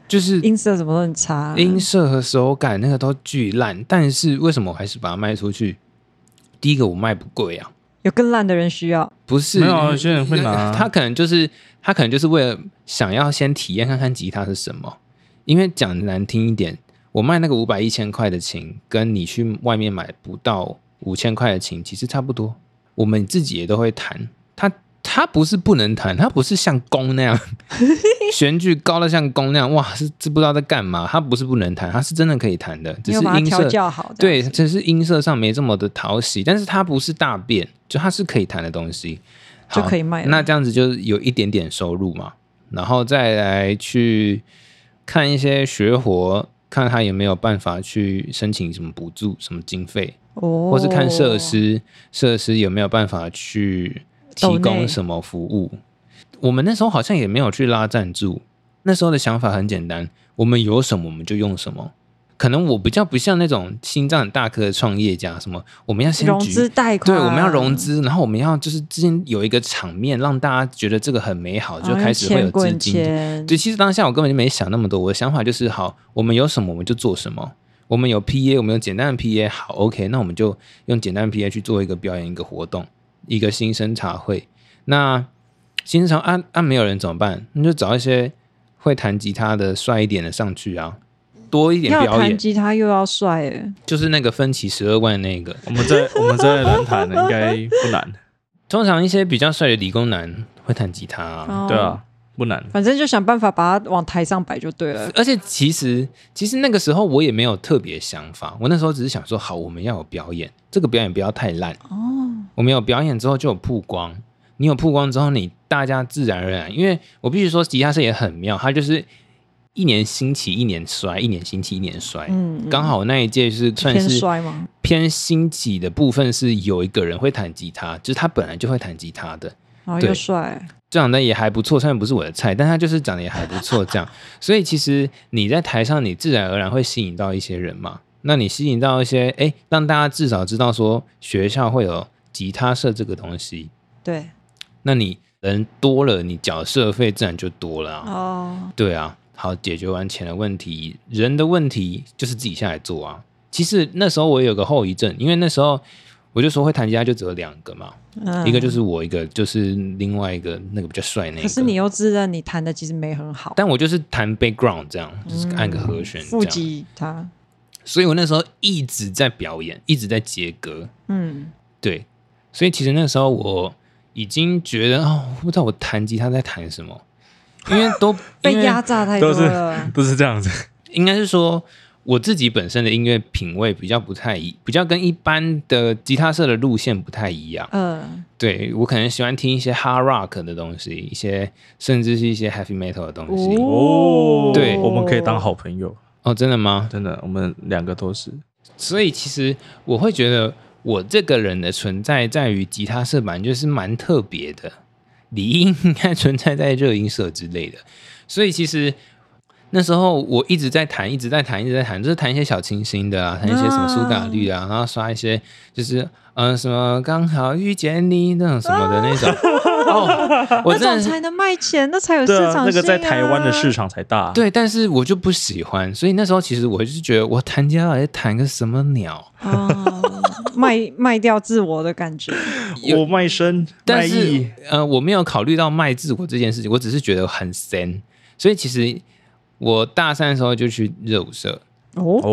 Speaker 1: 就是
Speaker 2: 音色怎么都很差，啊
Speaker 1: 音色和手感那个都巨烂。但是为什么我还是把它卖出去？第一个我卖不贵啊，
Speaker 2: 有更烂的人需要，
Speaker 1: 不是，
Speaker 3: 没有啊有些人会
Speaker 1: <laughs>
Speaker 3: 拿
Speaker 1: 他可能就是他可能就是为了想要先体验看看吉他是什么，因为讲难听一点，我卖那个五百一千块的琴，跟你去外面买不到五千块的琴其实差不多。我们自己也都会弹，它它不是不能弹，它不是像弓那
Speaker 2: <laughs>
Speaker 1: 样弦距高的像弓那样，哇，是这不知道在干嘛。它不是不能弹，它是真的可以弹的，只
Speaker 2: 你
Speaker 1: 是
Speaker 2: 有把它
Speaker 1: 音
Speaker 2: 调
Speaker 1: 色
Speaker 2: 教好，这
Speaker 1: 对，
Speaker 2: 样子
Speaker 1: 只是音色上没这么的讨喜，但是它不是大便，就它是可以弹的东西，
Speaker 2: 就可
Speaker 1: 以。
Speaker 2: 以卖了。
Speaker 1: 那这样子就是有一点点收入嘛，然后再来去看一些学活，看他有没有办法去申请什么补助、什么经费，
Speaker 2: 哦，
Speaker 1: 或是看设，施，设施有没有办法去提
Speaker 2: 抖内
Speaker 1: 供什么服务。我们那时候好像也没有去拉赞助，那时候的想法很简单，我们有什么我们就用什么。可能我比较不像那种心脏很大颗的创业家，什么我们要先
Speaker 2: 融
Speaker 1: 举
Speaker 2: 资贷款，
Speaker 1: 对，我们要融资，然后我们要就是之间有一个场面，让大家觉得这个很美好，
Speaker 2: 然
Speaker 1: 就
Speaker 2: 后
Speaker 1: 开始会有资
Speaker 2: 哦用钱滚
Speaker 1: 金。
Speaker 2: 钱，
Speaker 1: 对，其实当下我根本就没想那么多，我的想法就是好，我们有什么我们就做什么。我们有 PA，我们有简单的 PA，好，OK，那我们就用简单的 PA 去做一个表演、一个活动、一个新生茶会。那新生茶按按、啊没有人怎么办？那就找一些会弹吉他的、帅一点的上去啊，多一点
Speaker 2: 要
Speaker 1: 表
Speaker 2: 弹
Speaker 1: 演，
Speaker 2: 吉他又要帅，哎
Speaker 1: 就是那个分歧十二万那个。
Speaker 3: 我
Speaker 2: <laughs>
Speaker 3: 们在我们在蓝坛应该不难，
Speaker 1: 通常一些比较帅的理工男会弹吉他、啊，
Speaker 3: 对，啊，不难
Speaker 2: 哦。反正就想办法把它往台上摆就对了。
Speaker 1: 而且其实其实那个时候我也没有特别想法，我那时候只是想说，好，我们要有表演，这个表演不要太烂。
Speaker 2: 哦，
Speaker 1: 我们有表演之后就有曝光，你有曝光之后，你大家自然而然，因为我必须说吉他社也很妙，它就是一年兴起一年衰，一年兴起一年衰。
Speaker 2: 嗯，
Speaker 1: 刚好那一届是算
Speaker 2: 偏
Speaker 1: 是
Speaker 2: 帅吗？
Speaker 1: 偏兴起的部分，是有一个人会弹吉他，就是他本来就会弹吉他的，
Speaker 2: 然后
Speaker 1: 对
Speaker 2: 又帅，
Speaker 1: 长得也还不错，虽然不是我的菜，但他就是长得也还不错，
Speaker 2: <laughs>
Speaker 1: 这样。所以其实你在台上，你自然而然会吸引到一些人嘛。那你吸引到一些，哎，让大家至少知道说学校会有吉他社这个东西。
Speaker 2: 对
Speaker 1: 那你人多了，你缴社费自然就多了啊。
Speaker 2: 哦，
Speaker 1: 对啊，好，解决完钱的问题，人的问题就是自己下来做啊。其实那时候我有个后遗症，因为那时候我就说会弹吉他就只有两个嘛，
Speaker 2: 嗯
Speaker 1: 一个就是我，一个就是另外一个那个比较帅那个。
Speaker 2: 可是你又自认你弹的其实没很好，
Speaker 1: 但我就是弹 background 这样，就是按个和弦这
Speaker 2: 嗯腹
Speaker 1: 样。
Speaker 2: 肌他，
Speaker 1: 所以我那时候一直在表演，一直在接歌。
Speaker 2: 嗯，
Speaker 1: 对，所以其实那时候我已经觉得哦，我不知道我弹吉他在弹什么，因为都
Speaker 2: <laughs> 被
Speaker 1: 因为
Speaker 2: 压榨太多
Speaker 3: 都是
Speaker 2: 了，
Speaker 3: 都是这样子，
Speaker 1: 应该是说我自己本身的音乐品味比较不太一，比较跟一般的吉他社的路线不太一样。
Speaker 2: 嗯，
Speaker 1: <laughs> 对我可能喜欢听一些 hard rock 的东西，一些甚至是一些 heavy metal 的东西。哦
Speaker 3: 哦，
Speaker 1: 对
Speaker 3: 我们可以当好朋友，
Speaker 1: 真的吗？
Speaker 3: 真的，我们两个都是。
Speaker 1: 所以其实我会觉得，我这个人的存在在于吉他社版就是蛮特别的，理应应该存在在热音社之类的。所以其实那时候我一直在弹，一直在弹，一直在弹，就是弹一些小清新的啊，弹一些什么苏打绿啊，然后刷一些就是嗯、呃什么刚好遇见你那种什么的那种。哦，我真
Speaker 2: 那种
Speaker 1: 的是
Speaker 2: 才能卖钱，那才有市
Speaker 3: 对啊，
Speaker 2: 场
Speaker 3: 那个在
Speaker 2: 性啊
Speaker 3: 台湾的市场才大。，
Speaker 1: 对，但是我就不喜欢，所以那时候其实我就是觉得我弹吉他到底在弹个什么鸟。
Speaker 2: 哦，卖卖掉自我的感觉。
Speaker 1: 有
Speaker 3: 我卖身，卖
Speaker 1: 但是
Speaker 3: 艺，
Speaker 1: 呃，我没有考虑到卖自我这件事情，我只是觉得很深。所以其实我大三的时候就去热舞社，
Speaker 2: 哦，
Speaker 3: 哦，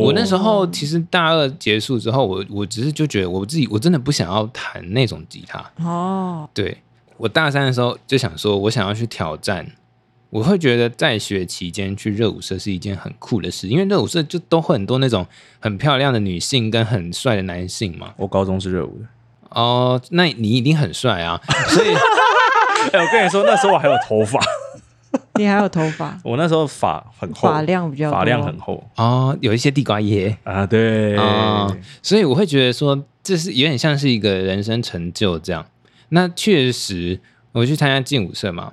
Speaker 1: 我那时候其实大二结束之后，我我只是就觉得我自己我真的不想要弹那种吉他。
Speaker 2: 哦，
Speaker 1: 对我大三的时候就想说，我想要去挑战。我会觉得在学期间去热舞社是一件很酷的事，因为热舞社就都会很多那种很漂亮的女性跟很帅的男性嘛。
Speaker 3: 我高中是热舞的。
Speaker 1: 哦，那你一定很帅啊！所以 <laughs>
Speaker 3: 哎、我跟你说，那时候我还有头发，，
Speaker 2: 你还有头发
Speaker 3: 我那时候发很厚，
Speaker 2: 发量比较多
Speaker 3: 发量很厚
Speaker 1: 哦，有一些地瓜叶
Speaker 3: 啊，对
Speaker 1: 啊、所以我会觉得说，这是有点像是一个人生成就这样。那确实，我去参加劲舞社嘛，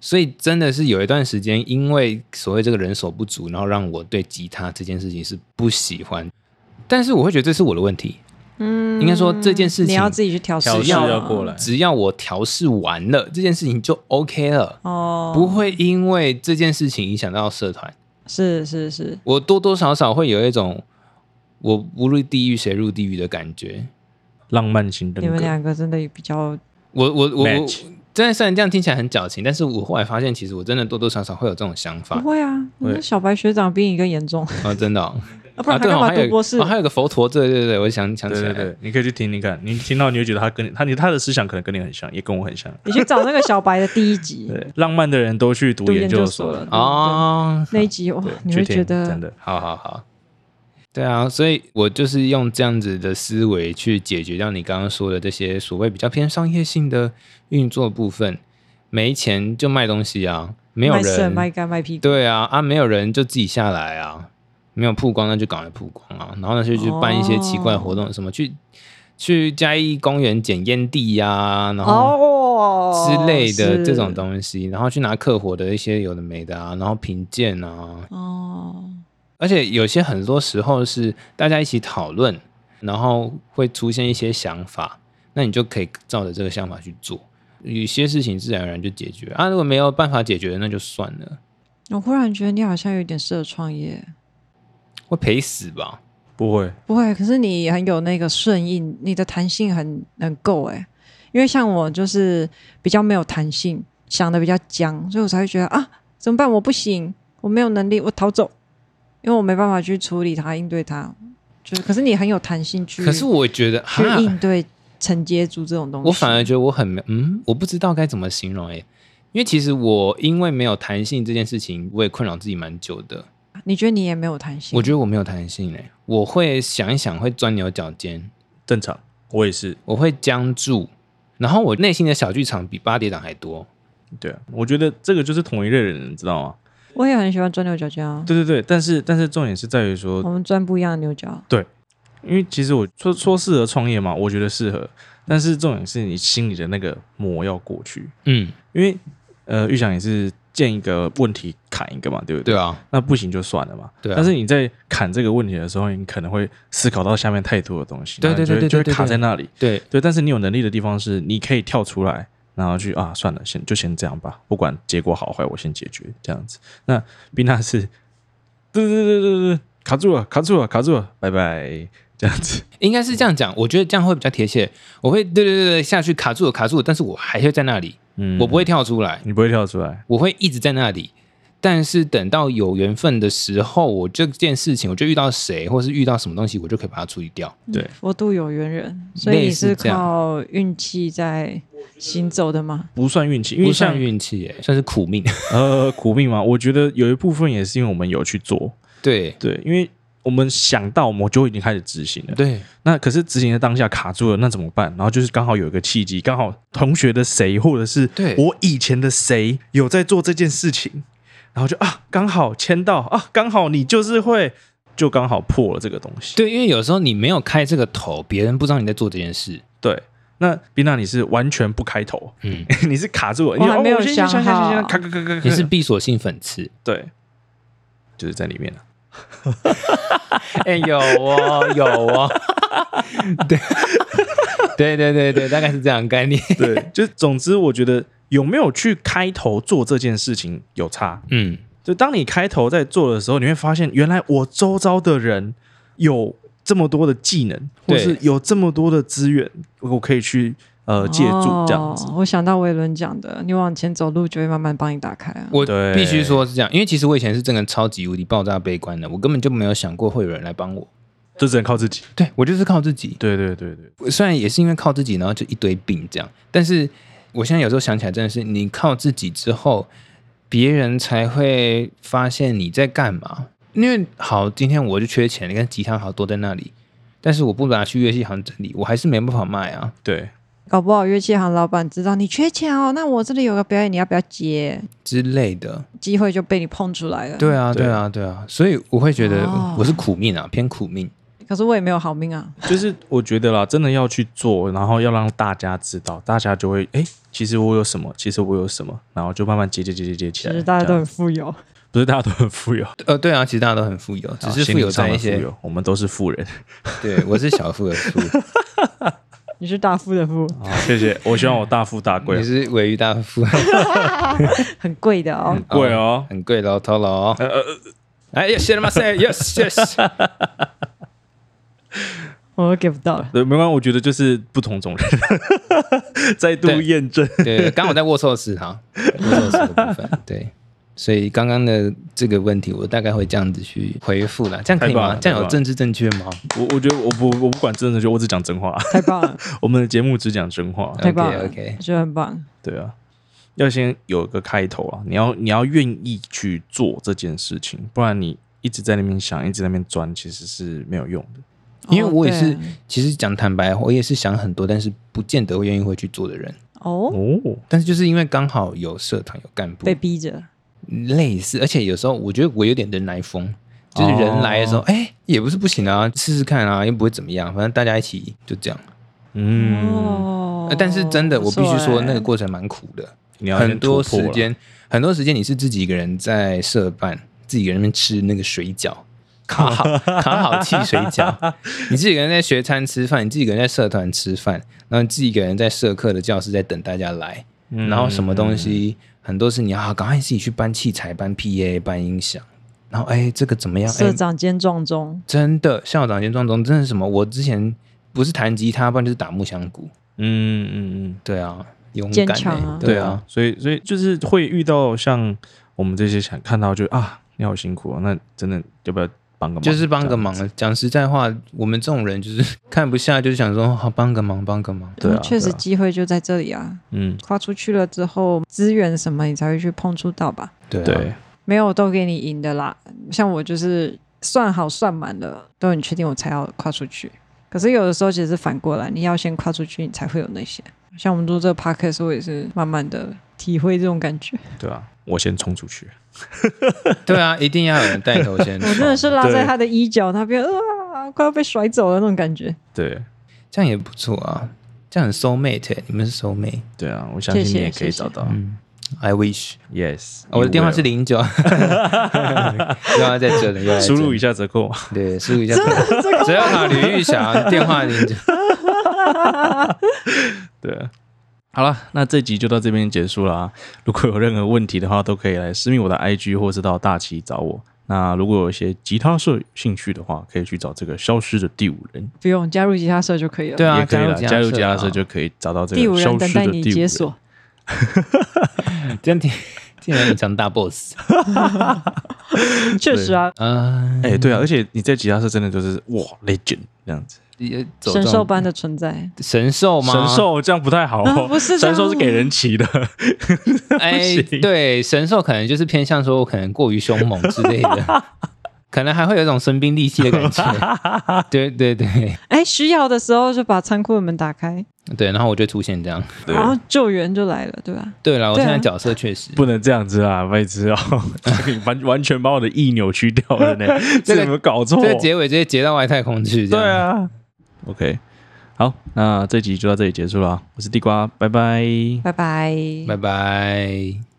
Speaker 1: 所以真的是有一段时间，因为所谓这个人手不足，然后让我对吉他这件事情是不喜欢。但是我会觉得这是我的问题，
Speaker 2: 嗯，
Speaker 1: 应该说这件事情
Speaker 2: 你要自己去调试
Speaker 3: 调
Speaker 2: 一
Speaker 3: 试
Speaker 2: 下嘛，
Speaker 3: 要过来，
Speaker 1: 只要我调试完了这件事情就 OK 了，
Speaker 2: 哦，
Speaker 1: 不会因为这件事情影响到社团。
Speaker 2: 是是是，
Speaker 1: 我多多少少会有一种我无论地狱谁入地狱的感觉。
Speaker 3: 浪漫型人
Speaker 2: 你们
Speaker 3: 格，
Speaker 2: 两个真的比较
Speaker 1: 我我我我
Speaker 3: Match，
Speaker 1: 真的虽然这样听起来很矫情，但是我后来发现，其实我真的多多少少会有这种想
Speaker 3: <laughs>
Speaker 2: 不
Speaker 1: 法
Speaker 2: 会啊，
Speaker 3: 会
Speaker 2: 那小白学长比你更严重，
Speaker 1: 哦，真的、哦。
Speaker 2: 啊不然他
Speaker 1: 对
Speaker 2: 干
Speaker 1: 哦，
Speaker 2: 嘛
Speaker 1: 还有
Speaker 2: 读博士
Speaker 1: 哦？还有个佛陀，对对对，我想想
Speaker 3: 对
Speaker 1: 起来
Speaker 3: 对
Speaker 1: 了。
Speaker 3: 对，你可以去听听看，你听到你会觉得他跟你他你他的思想可能跟你很像，也跟我很像。
Speaker 2: <laughs> 你去找那个小白的第一集
Speaker 3: 对，浪漫的人都去读
Speaker 2: 读研
Speaker 3: 研
Speaker 2: 究
Speaker 3: 究
Speaker 2: 所
Speaker 3: 所
Speaker 2: 了
Speaker 3: 了。
Speaker 1: 哦，
Speaker 2: 那一集，哇
Speaker 3: 对，，
Speaker 2: 你
Speaker 3: 去
Speaker 2: 会
Speaker 3: 听
Speaker 2: 觉得
Speaker 3: 真的
Speaker 1: 好好好，对啊，所以我就是用这样子的思维去解决掉你刚刚说的这些所谓比较偏商业性的运作部分。没钱就卖东西啊，没有
Speaker 2: 卖肾、
Speaker 1: 人
Speaker 2: 卖肝、卖屁股，
Speaker 1: 对啊，啊，没有人就自己下来啊，没有曝光那就赶快曝光啊，然后呢就去办一些奇怪的活动，什么去去嘉义公园捡烟蒂呀、然后
Speaker 2: 哦
Speaker 1: 之类的这种
Speaker 2: 西
Speaker 1: 东西，然后去拿客活的一些有的没的啊，然后评鉴啊，
Speaker 2: 哦，
Speaker 1: 而且有些很多时候是大家一起讨论，然后会出现一些想法，那你就可以照着这个想法去做。有些事情自然而然就解决啊，如果没有办法解决，那就算了，
Speaker 2: 我忽然觉得你好像有点适合创业，
Speaker 1: 会赔死吧。
Speaker 3: 不会，
Speaker 2: 不会，可是你很有那个顺应，你的弹性很很够哎、因为像我就是比较没有弹性，想的比较僵，所以我才会觉得啊，怎么办？我不行，我没有能力，我逃走，因为我没办法去处理它、应对它。就是，可是你很有弹性去，
Speaker 1: 可是我觉得，
Speaker 2: 去
Speaker 1: 哈，
Speaker 2: 应对、承接住这种东西。
Speaker 1: 我反而觉得我很没，嗯，我不知道该怎么形容诶、欸因为其实我因为没有弹性这件事情，我也困扰自己蛮久的。
Speaker 2: 你觉得你也没有弹性，
Speaker 1: 我觉得我没有弹性诶、我会想一想，会钻牛角尖，
Speaker 3: 正常，我也是。
Speaker 1: 我会僵住，然后我内心的小剧场比八点档还多。
Speaker 3: 对啊，我觉得这个就是同一类人，你知道吗？
Speaker 2: 我也很喜欢钻牛角尖啊。
Speaker 3: 对对对，但是但是重点是在于说
Speaker 2: 我，们钻不一样的牛角，
Speaker 3: 因为其实我说说适合创业嘛，我觉得适合，但是重点是你心里的那个魔要过去，
Speaker 1: 嗯，
Speaker 3: 因为呃，玉想也是见一个问题砍一个嘛，对不对？
Speaker 1: 对啊，
Speaker 3: 那不行就算了嘛。
Speaker 1: 对啊
Speaker 3: 但是你在砍这个问题的时候，你可能会思考到下面太多的东西，
Speaker 1: 对
Speaker 3: 然后你就
Speaker 1: 对
Speaker 3: 会
Speaker 1: 对对对
Speaker 3: 就会卡
Speaker 1: 对对
Speaker 3: 在那里。
Speaker 1: 对，
Speaker 3: 对，但是你有能力的地方是，你可以跳出来，然后去啊，算了，先就先这样吧，不管结果好坏，我先解决这样子。那冰娜是，对对对对对，卡住了，卡住了，卡住了，拜拜，这样子。
Speaker 1: 应该是这样讲。我觉得这样会比较贴切。我会对对对对下去卡住了卡住了，但是我还会在那里，
Speaker 3: 嗯
Speaker 1: 我不会，跳出来。
Speaker 3: 你不会跳出来，
Speaker 1: 我会一直在那里。但是等到有缘分的时候，我这件事情，我就遇到谁，或是遇到什么东西，我就可以把它处理掉。
Speaker 3: 对，
Speaker 2: 佛度有缘人，所以你
Speaker 1: 类似
Speaker 2: 是
Speaker 1: 这样
Speaker 2: 靠运气在行走的吗？
Speaker 3: 不算运气，因
Speaker 1: 不
Speaker 3: 为
Speaker 1: 算
Speaker 3: 像
Speaker 1: 运气耶，算是苦命。 <laughs>
Speaker 3: 呃苦命嘛，我觉得有一部分也是因为我们有去做，
Speaker 1: 对
Speaker 3: 对，因为我们想到我们就已经开始执行了，
Speaker 1: 对，
Speaker 3: 那可是执行的当下卡住了，那怎么办？然后就是刚好有一个契机，刚好同学的谁，或者是
Speaker 1: 对
Speaker 3: 我以前的谁有在做这件事情，然后就啊，刚好签到啊，刚好你就是会，就刚好破了这个东西。
Speaker 1: 对，因为有时候你没有开这个头，别人不知道你在做这件事。
Speaker 3: 对，那冰娜你是完全不开头， <laughs>
Speaker 1: 嗯，
Speaker 3: 你是卡住了，你
Speaker 2: 我还
Speaker 3: 哦
Speaker 2: 没有
Speaker 3: 先
Speaker 2: 想
Speaker 3: 想想想
Speaker 2: 好
Speaker 3: 想，卡卡卡卡，
Speaker 1: 你是闭锁性粉刺。
Speaker 3: 对，就是在里面啊了。
Speaker 1: <laughs> 哎、有哦，有 <laughs> 哦。对对对对对，大概是这样的概念。
Speaker 3: 对， <laughs> 就总之我觉得有没有去开头做这件事情有差，
Speaker 1: 嗯，
Speaker 3: 就当你开头在做的时候，你会发现，原来我周遭的人有这么多的技能，或是
Speaker 1: 对
Speaker 3: 有这么多的资源，我可以去呃借助这样子。
Speaker 2: 哦我想到维伦讲的，你往前走，路就会慢慢帮你打开啊。
Speaker 1: 我
Speaker 3: 对
Speaker 1: 必须说是这样，因为其实我以前是真的超级无敌爆炸悲观的，我根本就没有想过会有人来帮我。
Speaker 3: 这只能靠自己。
Speaker 1: 对我就是靠自己，
Speaker 3: 对对对对，
Speaker 1: 我虽然也是因为靠自己，然后就一堆病这样，但是我现在有时候想起来，真的是你靠自己之后，别人才会发现你在干嘛。因为好，今天我就缺钱，你看吉他好多在那里，但是我不拿去乐器行整理，我还是没办法卖啊。
Speaker 3: 对，
Speaker 2: 搞不好乐器行老板知道你缺钱哦，那我这里有个表演，你要不要接？
Speaker 1: 之类的，
Speaker 2: 机会就被你碰出来了。
Speaker 1: 对啊，
Speaker 3: 对
Speaker 1: 对啊，对啊，所以我会觉得
Speaker 2: 哦
Speaker 1: 我是苦命啊，偏苦命，
Speaker 2: 可是我也没有好命啊。
Speaker 3: 就是我觉得啦，真的要去做，然后要让大家知道，大家就会哎、其实我有什么，其实我有什么，然后就慢慢接接接接接起
Speaker 2: 其
Speaker 3: 来。
Speaker 2: 实大家都
Speaker 3: 这样
Speaker 2: 很富有，
Speaker 1: 啊
Speaker 3: 不是大家都很富有，
Speaker 1: 呃，对啊，其实大家都很富有，只是
Speaker 3: 哦
Speaker 1: 富
Speaker 3: 心理
Speaker 1: 有
Speaker 3: 上
Speaker 1: 在
Speaker 3: 的
Speaker 1: 一
Speaker 3: 富
Speaker 1: 些，
Speaker 3: 有，我们都是富人。
Speaker 1: 对我是小富的富，
Speaker 2: 你是大富的富，
Speaker 3: 好，哦谢谢， <laughs> 我希望 <laughs> 我大富大贵啊
Speaker 1: 你，是尾鱼大富，
Speaker 2: 很贵的哦。
Speaker 1: 嗯
Speaker 3: 贵哦。
Speaker 1: 很贵喽，偷喽。
Speaker 3: 呃呃，
Speaker 1: 哎，yes，谢了吗？Yes，yes。yes
Speaker 3: <laughs>
Speaker 2: 我都给不到了。
Speaker 3: 呃没关系，我觉得就是不同种人， <laughs> 再度
Speaker 1: 对
Speaker 3: 验证。
Speaker 1: 对，刚好在握寿司哈，握寿司的部分，对。所以刚刚的这个问题，我大概会这样子去回复啦，这样可以
Speaker 3: 太棒
Speaker 1: 吗
Speaker 3: 了？
Speaker 1: 这样
Speaker 3: 太
Speaker 1: 有
Speaker 3: 棒了
Speaker 1: 政治正确吗？
Speaker 3: 我我觉得我不我不管真的，就我只讲真话。 <laughs>
Speaker 2: 太
Speaker 1: <laughs>
Speaker 2: 棒了，
Speaker 3: 我们的节目只讲真话，
Speaker 2: 太棒了
Speaker 1: OK，OK
Speaker 2: 我觉得很棒。
Speaker 3: 对啊，要先有一个开头啊，你要你要愿意去做这件事情，不然你一直在那边想，一直在那边钻，其实是没有用的。
Speaker 1: 因为我也是
Speaker 2: 哦对，
Speaker 1: 其实讲坦白，我也是想很多，但是不见得会愿意会去做的人。
Speaker 2: 哦，
Speaker 3: 哦，
Speaker 1: 但是就是因为刚好有社团有干部
Speaker 2: 被逼着，
Speaker 1: 类似，而且有时候我觉得我有点人来疯，就是人来的时候，
Speaker 3: 哦
Speaker 1: 哎、也不是不行啊，试试看啊，又不会怎么样，反正大家一起就这样。
Speaker 3: 嗯，
Speaker 2: 哦欸
Speaker 1: 呃但是真的，我必须说那个
Speaker 2: 过
Speaker 1: 过程蛮苦的，
Speaker 3: 你要先
Speaker 1: 很多
Speaker 3: 突破
Speaker 1: 时
Speaker 3: 啦，
Speaker 1: 间，很多时间你是自己一个人在社办，自己一个人在那边吃那个水饺，卡好卡好汽水饺，
Speaker 3: <laughs>
Speaker 1: 你自己一个人在学餐吃饭，你自己一个人在社团吃饭，然后你自己一个人在社课的教室在等大家来，
Speaker 3: 嗯
Speaker 1: 然后什么东西很多是你要赶快自己去搬器材、搬 PA、搬音响，然后哎这个怎么样？哎
Speaker 2: 社长兼撞钟，
Speaker 1: 真的校长兼壮中真的是什么？我之前不是弹吉他，不然就是打木箱鼓，
Speaker 3: 嗯嗯嗯，
Speaker 1: 对啊。勇
Speaker 2: 坚
Speaker 1: 敢、欸
Speaker 2: 强啊
Speaker 1: 对
Speaker 3: 对
Speaker 1: 啊
Speaker 3: 啊，，所以所以就是会遇到像我们这些想看到就啊，你好辛苦哦，那真的要不要帮个忙？
Speaker 1: 就是帮个忙啊
Speaker 3: 这样子。。
Speaker 1: 讲实在话，我们这种人就是看不下，就是想说 <laughs> 好帮个忙，帮个忙。
Speaker 3: 对啊
Speaker 2: 嗯确实
Speaker 3: 对啊
Speaker 2: 机会就在这里啊。
Speaker 3: 嗯，
Speaker 2: 跨出去了之后，资源什么你才会去碰触到吧？
Speaker 1: 对啊
Speaker 3: 对，
Speaker 2: 没有都给你赢的啦。像我就是算好算满了，都很确定我才要跨出去。可是有的时候其实是反过来，你要先跨出去，你才会有那些。像我们做这个 podcast，我也是慢慢的体会这种感觉。
Speaker 3: 对啊，我先冲出去。
Speaker 1: 对啊，一定要有人带头
Speaker 2: <laughs>
Speaker 1: 先
Speaker 2: 我真的是拉
Speaker 3: 对
Speaker 2: 在他的衣角那边，啊，快要被甩走了那种感觉。
Speaker 3: 对
Speaker 1: 这样也不错啊，这样很 soul mate，、你欸们是 soul mate。
Speaker 3: 对啊，我相信
Speaker 2: 谢谢
Speaker 3: 你也可
Speaker 2: 谢谢
Speaker 3: 以找到。
Speaker 1: 嗯，I wish。
Speaker 3: Yes，
Speaker 1: 哦我的电话
Speaker 3: you will
Speaker 1: 是零
Speaker 3: <laughs>
Speaker 1: 九，又要在这里，又要在这
Speaker 3: 输
Speaker 1: 里
Speaker 3: 入一，下折扣。
Speaker 1: 对，输入一下，只要卡吕玉霞电话零九，
Speaker 3: <laughs> 对，好了，那这集就到这边结束了啊。如果有任何问题的话，都可以来私密我的 IG 或是到大旗找我。那如果有一些吉他社有兴趣的话，可以去找这个消失的第五人，
Speaker 2: <laughs> 不用加入吉他社就可以了。
Speaker 1: 对啊，
Speaker 3: <laughs> 也可以啦，加入吉他
Speaker 1: 他
Speaker 3: 社就可以找到这
Speaker 2: 第五
Speaker 3: 个
Speaker 2: 人
Speaker 3: 啊消
Speaker 2: 等
Speaker 3: 失
Speaker 2: 待
Speaker 3: 的
Speaker 2: 你
Speaker 3: 第五
Speaker 2: 解
Speaker 3: 人。
Speaker 2: 锁。
Speaker 1: 这样听，竟然你成大 boss
Speaker 2: 确实啊，
Speaker 1: 啊，
Speaker 3: 哎、对啊，而且你在吉他社真的就是哇 legend 这样子，
Speaker 1: 也走这
Speaker 2: 神
Speaker 1: 种
Speaker 2: 兽般的存在。
Speaker 1: 神兽吗？
Speaker 3: 神兽这样不太好哦，
Speaker 2: 啊不是这
Speaker 3: 神
Speaker 2: 样
Speaker 3: 兽是给人骑的， <laughs>
Speaker 1: 哎
Speaker 3: 不行，
Speaker 1: 对，神兽可能就是偏向说，我可能过于凶猛之类
Speaker 3: <laughs>
Speaker 1: 的，可能还会有一种生兵利器的感觉。
Speaker 3: <laughs>
Speaker 1: 对对对
Speaker 2: 哎，需要的时候就把仓库的门打开，
Speaker 1: 对，然后我就出现这样。
Speaker 3: 对
Speaker 2: 然后救援就来了，对吧？
Speaker 1: 对了，我
Speaker 2: 对
Speaker 1: 现
Speaker 2: 啊
Speaker 1: 在角色确实
Speaker 3: 不能这样子啊，白痴
Speaker 1: <laughs>
Speaker 3: 哦，你完完全把我的意扭曲掉了呢，
Speaker 1: 这
Speaker 3: 这
Speaker 1: 个
Speaker 3: 有没有搞错？
Speaker 1: 这个结尾直接截到外太空去。这
Speaker 3: 对
Speaker 1: 样，
Speaker 3: 啊。OK，好，那这集就到这里结束了啊，我是地瓜，拜拜。
Speaker 2: 拜拜，
Speaker 1: 拜拜。